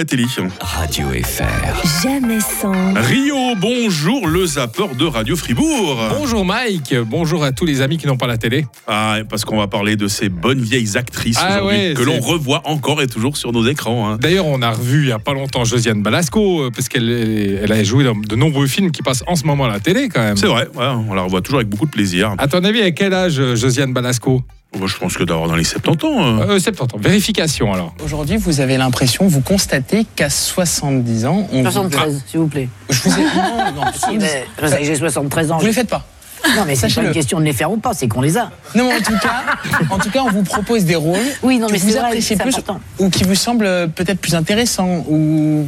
La télé. Radio FR. Jamais sans. Rio, bonjour le zappeur de Radio Fribourg. Bonjour Mike, bonjour à tous les amis qui n'ont pas la télé. Ah, parce qu'on va parler de ces bonnes vieilles actrices Ah aujourd'hui ouais, que l'on c'est- revoit encore et toujours sur nos écrans. hein. D'ailleurs, on a revu il n'y a pas longtemps Josiane Balasco, euh, parce qu'elle est- elle a joué dans de nombreux films qui passent en ce moment à la télé quand même. C'est vrai, ouais, on la revoit toujours avec beaucoup de plaisir. À ton avis, à quel âge euh, Josiane Balasco Moi, je pense que d'avoir dans les 70 ans. euh. euh, 70 ans. Vérification alors. Aujourd'hui, vous avez l'impression, vous constatez qu'à 70 ans, on. vous- 73, s'il vous plaît. Je vous ai. Non, non, Ah. Si, 70. mais je sais que j'ai 73 ans. Vous les faites pas. Non, mais c'est pas Sachez-le. une question de les faire ou pas, c'est qu'on les a. Non, mais en tout cas, en tout cas, on vous propose des rôles. Oui, non, que mais vous c'est vrai, appréciez c'est plus important. ou qui vous semblent euh, peut-être plus intéressants ou.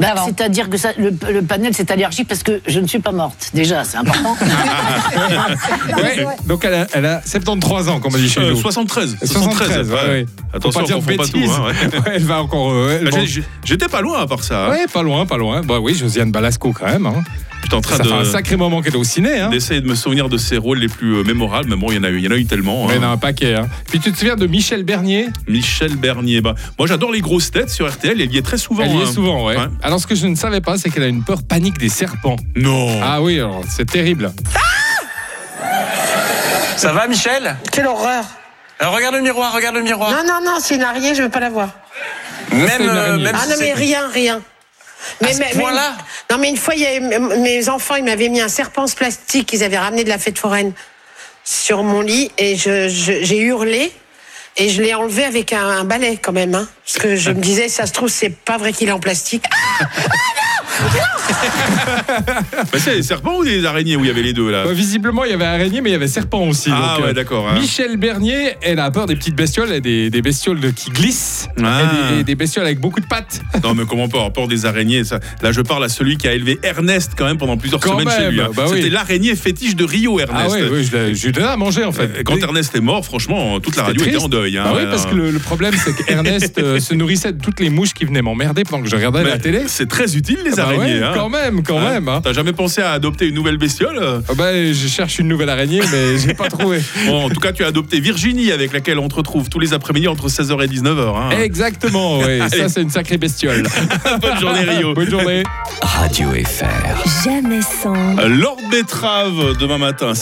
d'avant. C'est-à-dire que ça, le, le panel, c'est allergique parce que je ne suis pas morte. Déjà, c'est important. Ah Ouais, donc elle a, elle a 73 ans, comme on dit chez Euh, nous. 73. 73, ouais, ouais. Attention, Faut on comprend pas tout. hein, ouais. bêtises. Ouais, elle va encore. euh, Bah, elle va- j'ai- j'ai- J'étais pas loin à part ça. hein. Ouais, pas loin, pas loin. Bah oui, Josiane Balasco quand même. hein. J'étais en train Ça fait un de- sacré moment qu'elle est au ciné. hein. d'essayer de me souvenir de ses rôles les plus euh, mémorables. Mais bon, il y en a eu, il y en a eu tellement. Ouais, hein. Il y en a un paquet. hein. Puis tu te souviens de Michel Bernier Michel Bernier. Bah, moi, j'adore les grosses têtes sur RTL. Elle y est très souvent. Elle y est hein. souvent, ouais. Ouais. Alors, ce que je ne savais pas, c'est qu'elle a une peur panique des serpents. Non. Ah oui, alors, c'est terrible. Ça va, Michel Quelle horreur Alors, Regarde le miroir, regarde le miroir. Non, non, non, c'est une araignée, je veux pas la voir. c'est Même, une euh, araignée. même Ah Ah, si non, mais c'est- rien, rien. Mais, ce mais- mais- point-là non, mais une fois, il y avait- mes enfants, ils m'avaient mis un serpent en plastique qu'ils avaient ramené de la fête foraine sur mon lit et je- je- j'ai hurlé et je l'ai enlevé avec un, un balai quand même. hein. parce que je me disais, ça se trouve, c'est pas vrai qu'il est en plastique. Bah, c'est des serpents ou des araignées où il y avait les deux là Bah, visiblement, il y avait araignée, mais il y avait serpent aussi. Ah donc, ouais, euh, d'accord, hein. Michel Bernier, elle a peur des petites bestioles, et des, des bestioles de- qui glissent, Ah. et des, des bestioles avec beaucoup de pattes. Non, mais comment pas, rapport des araignées. Ça. Là, je parle à celui qui a élevé Ernest quand même pendant plusieurs Quand semaines chez même, lui. hein. bah oui. C'était l'araignée fétiche de Rio, Ernest. Ah ouais, ouais, je l'ai- je lui ai donné à manger en fait. Euh, Quand Ernest est mort, franchement, toute la radio C'était était triste. en deuil. hein. Bah oui, parce que le, le problème, c'est qu'Ernest euh, se nourrissait de toutes les mouches qui venaient m'emmerder pendant que je regardais Mais la télé. C'est très utile, les Bah ouais, araignées. hein. Quand même, quand Hein même. hein. T'as jamais pensé à adopter une nouvelle bestiole Ah bah, je cherche une nouvelle araignée, mais j'ai pas trouvé. Bon, En tout cas, tu as adopté Virginie, avec laquelle on te retrouve tous les après-midi entre 16h et 19h. hein. Exactement, oui. Ça, c'est une sacrée bestiole. Bonne journée, Rio. Bonne journée. Radio FR. Jamais sans. Lord Betrave, demain matin,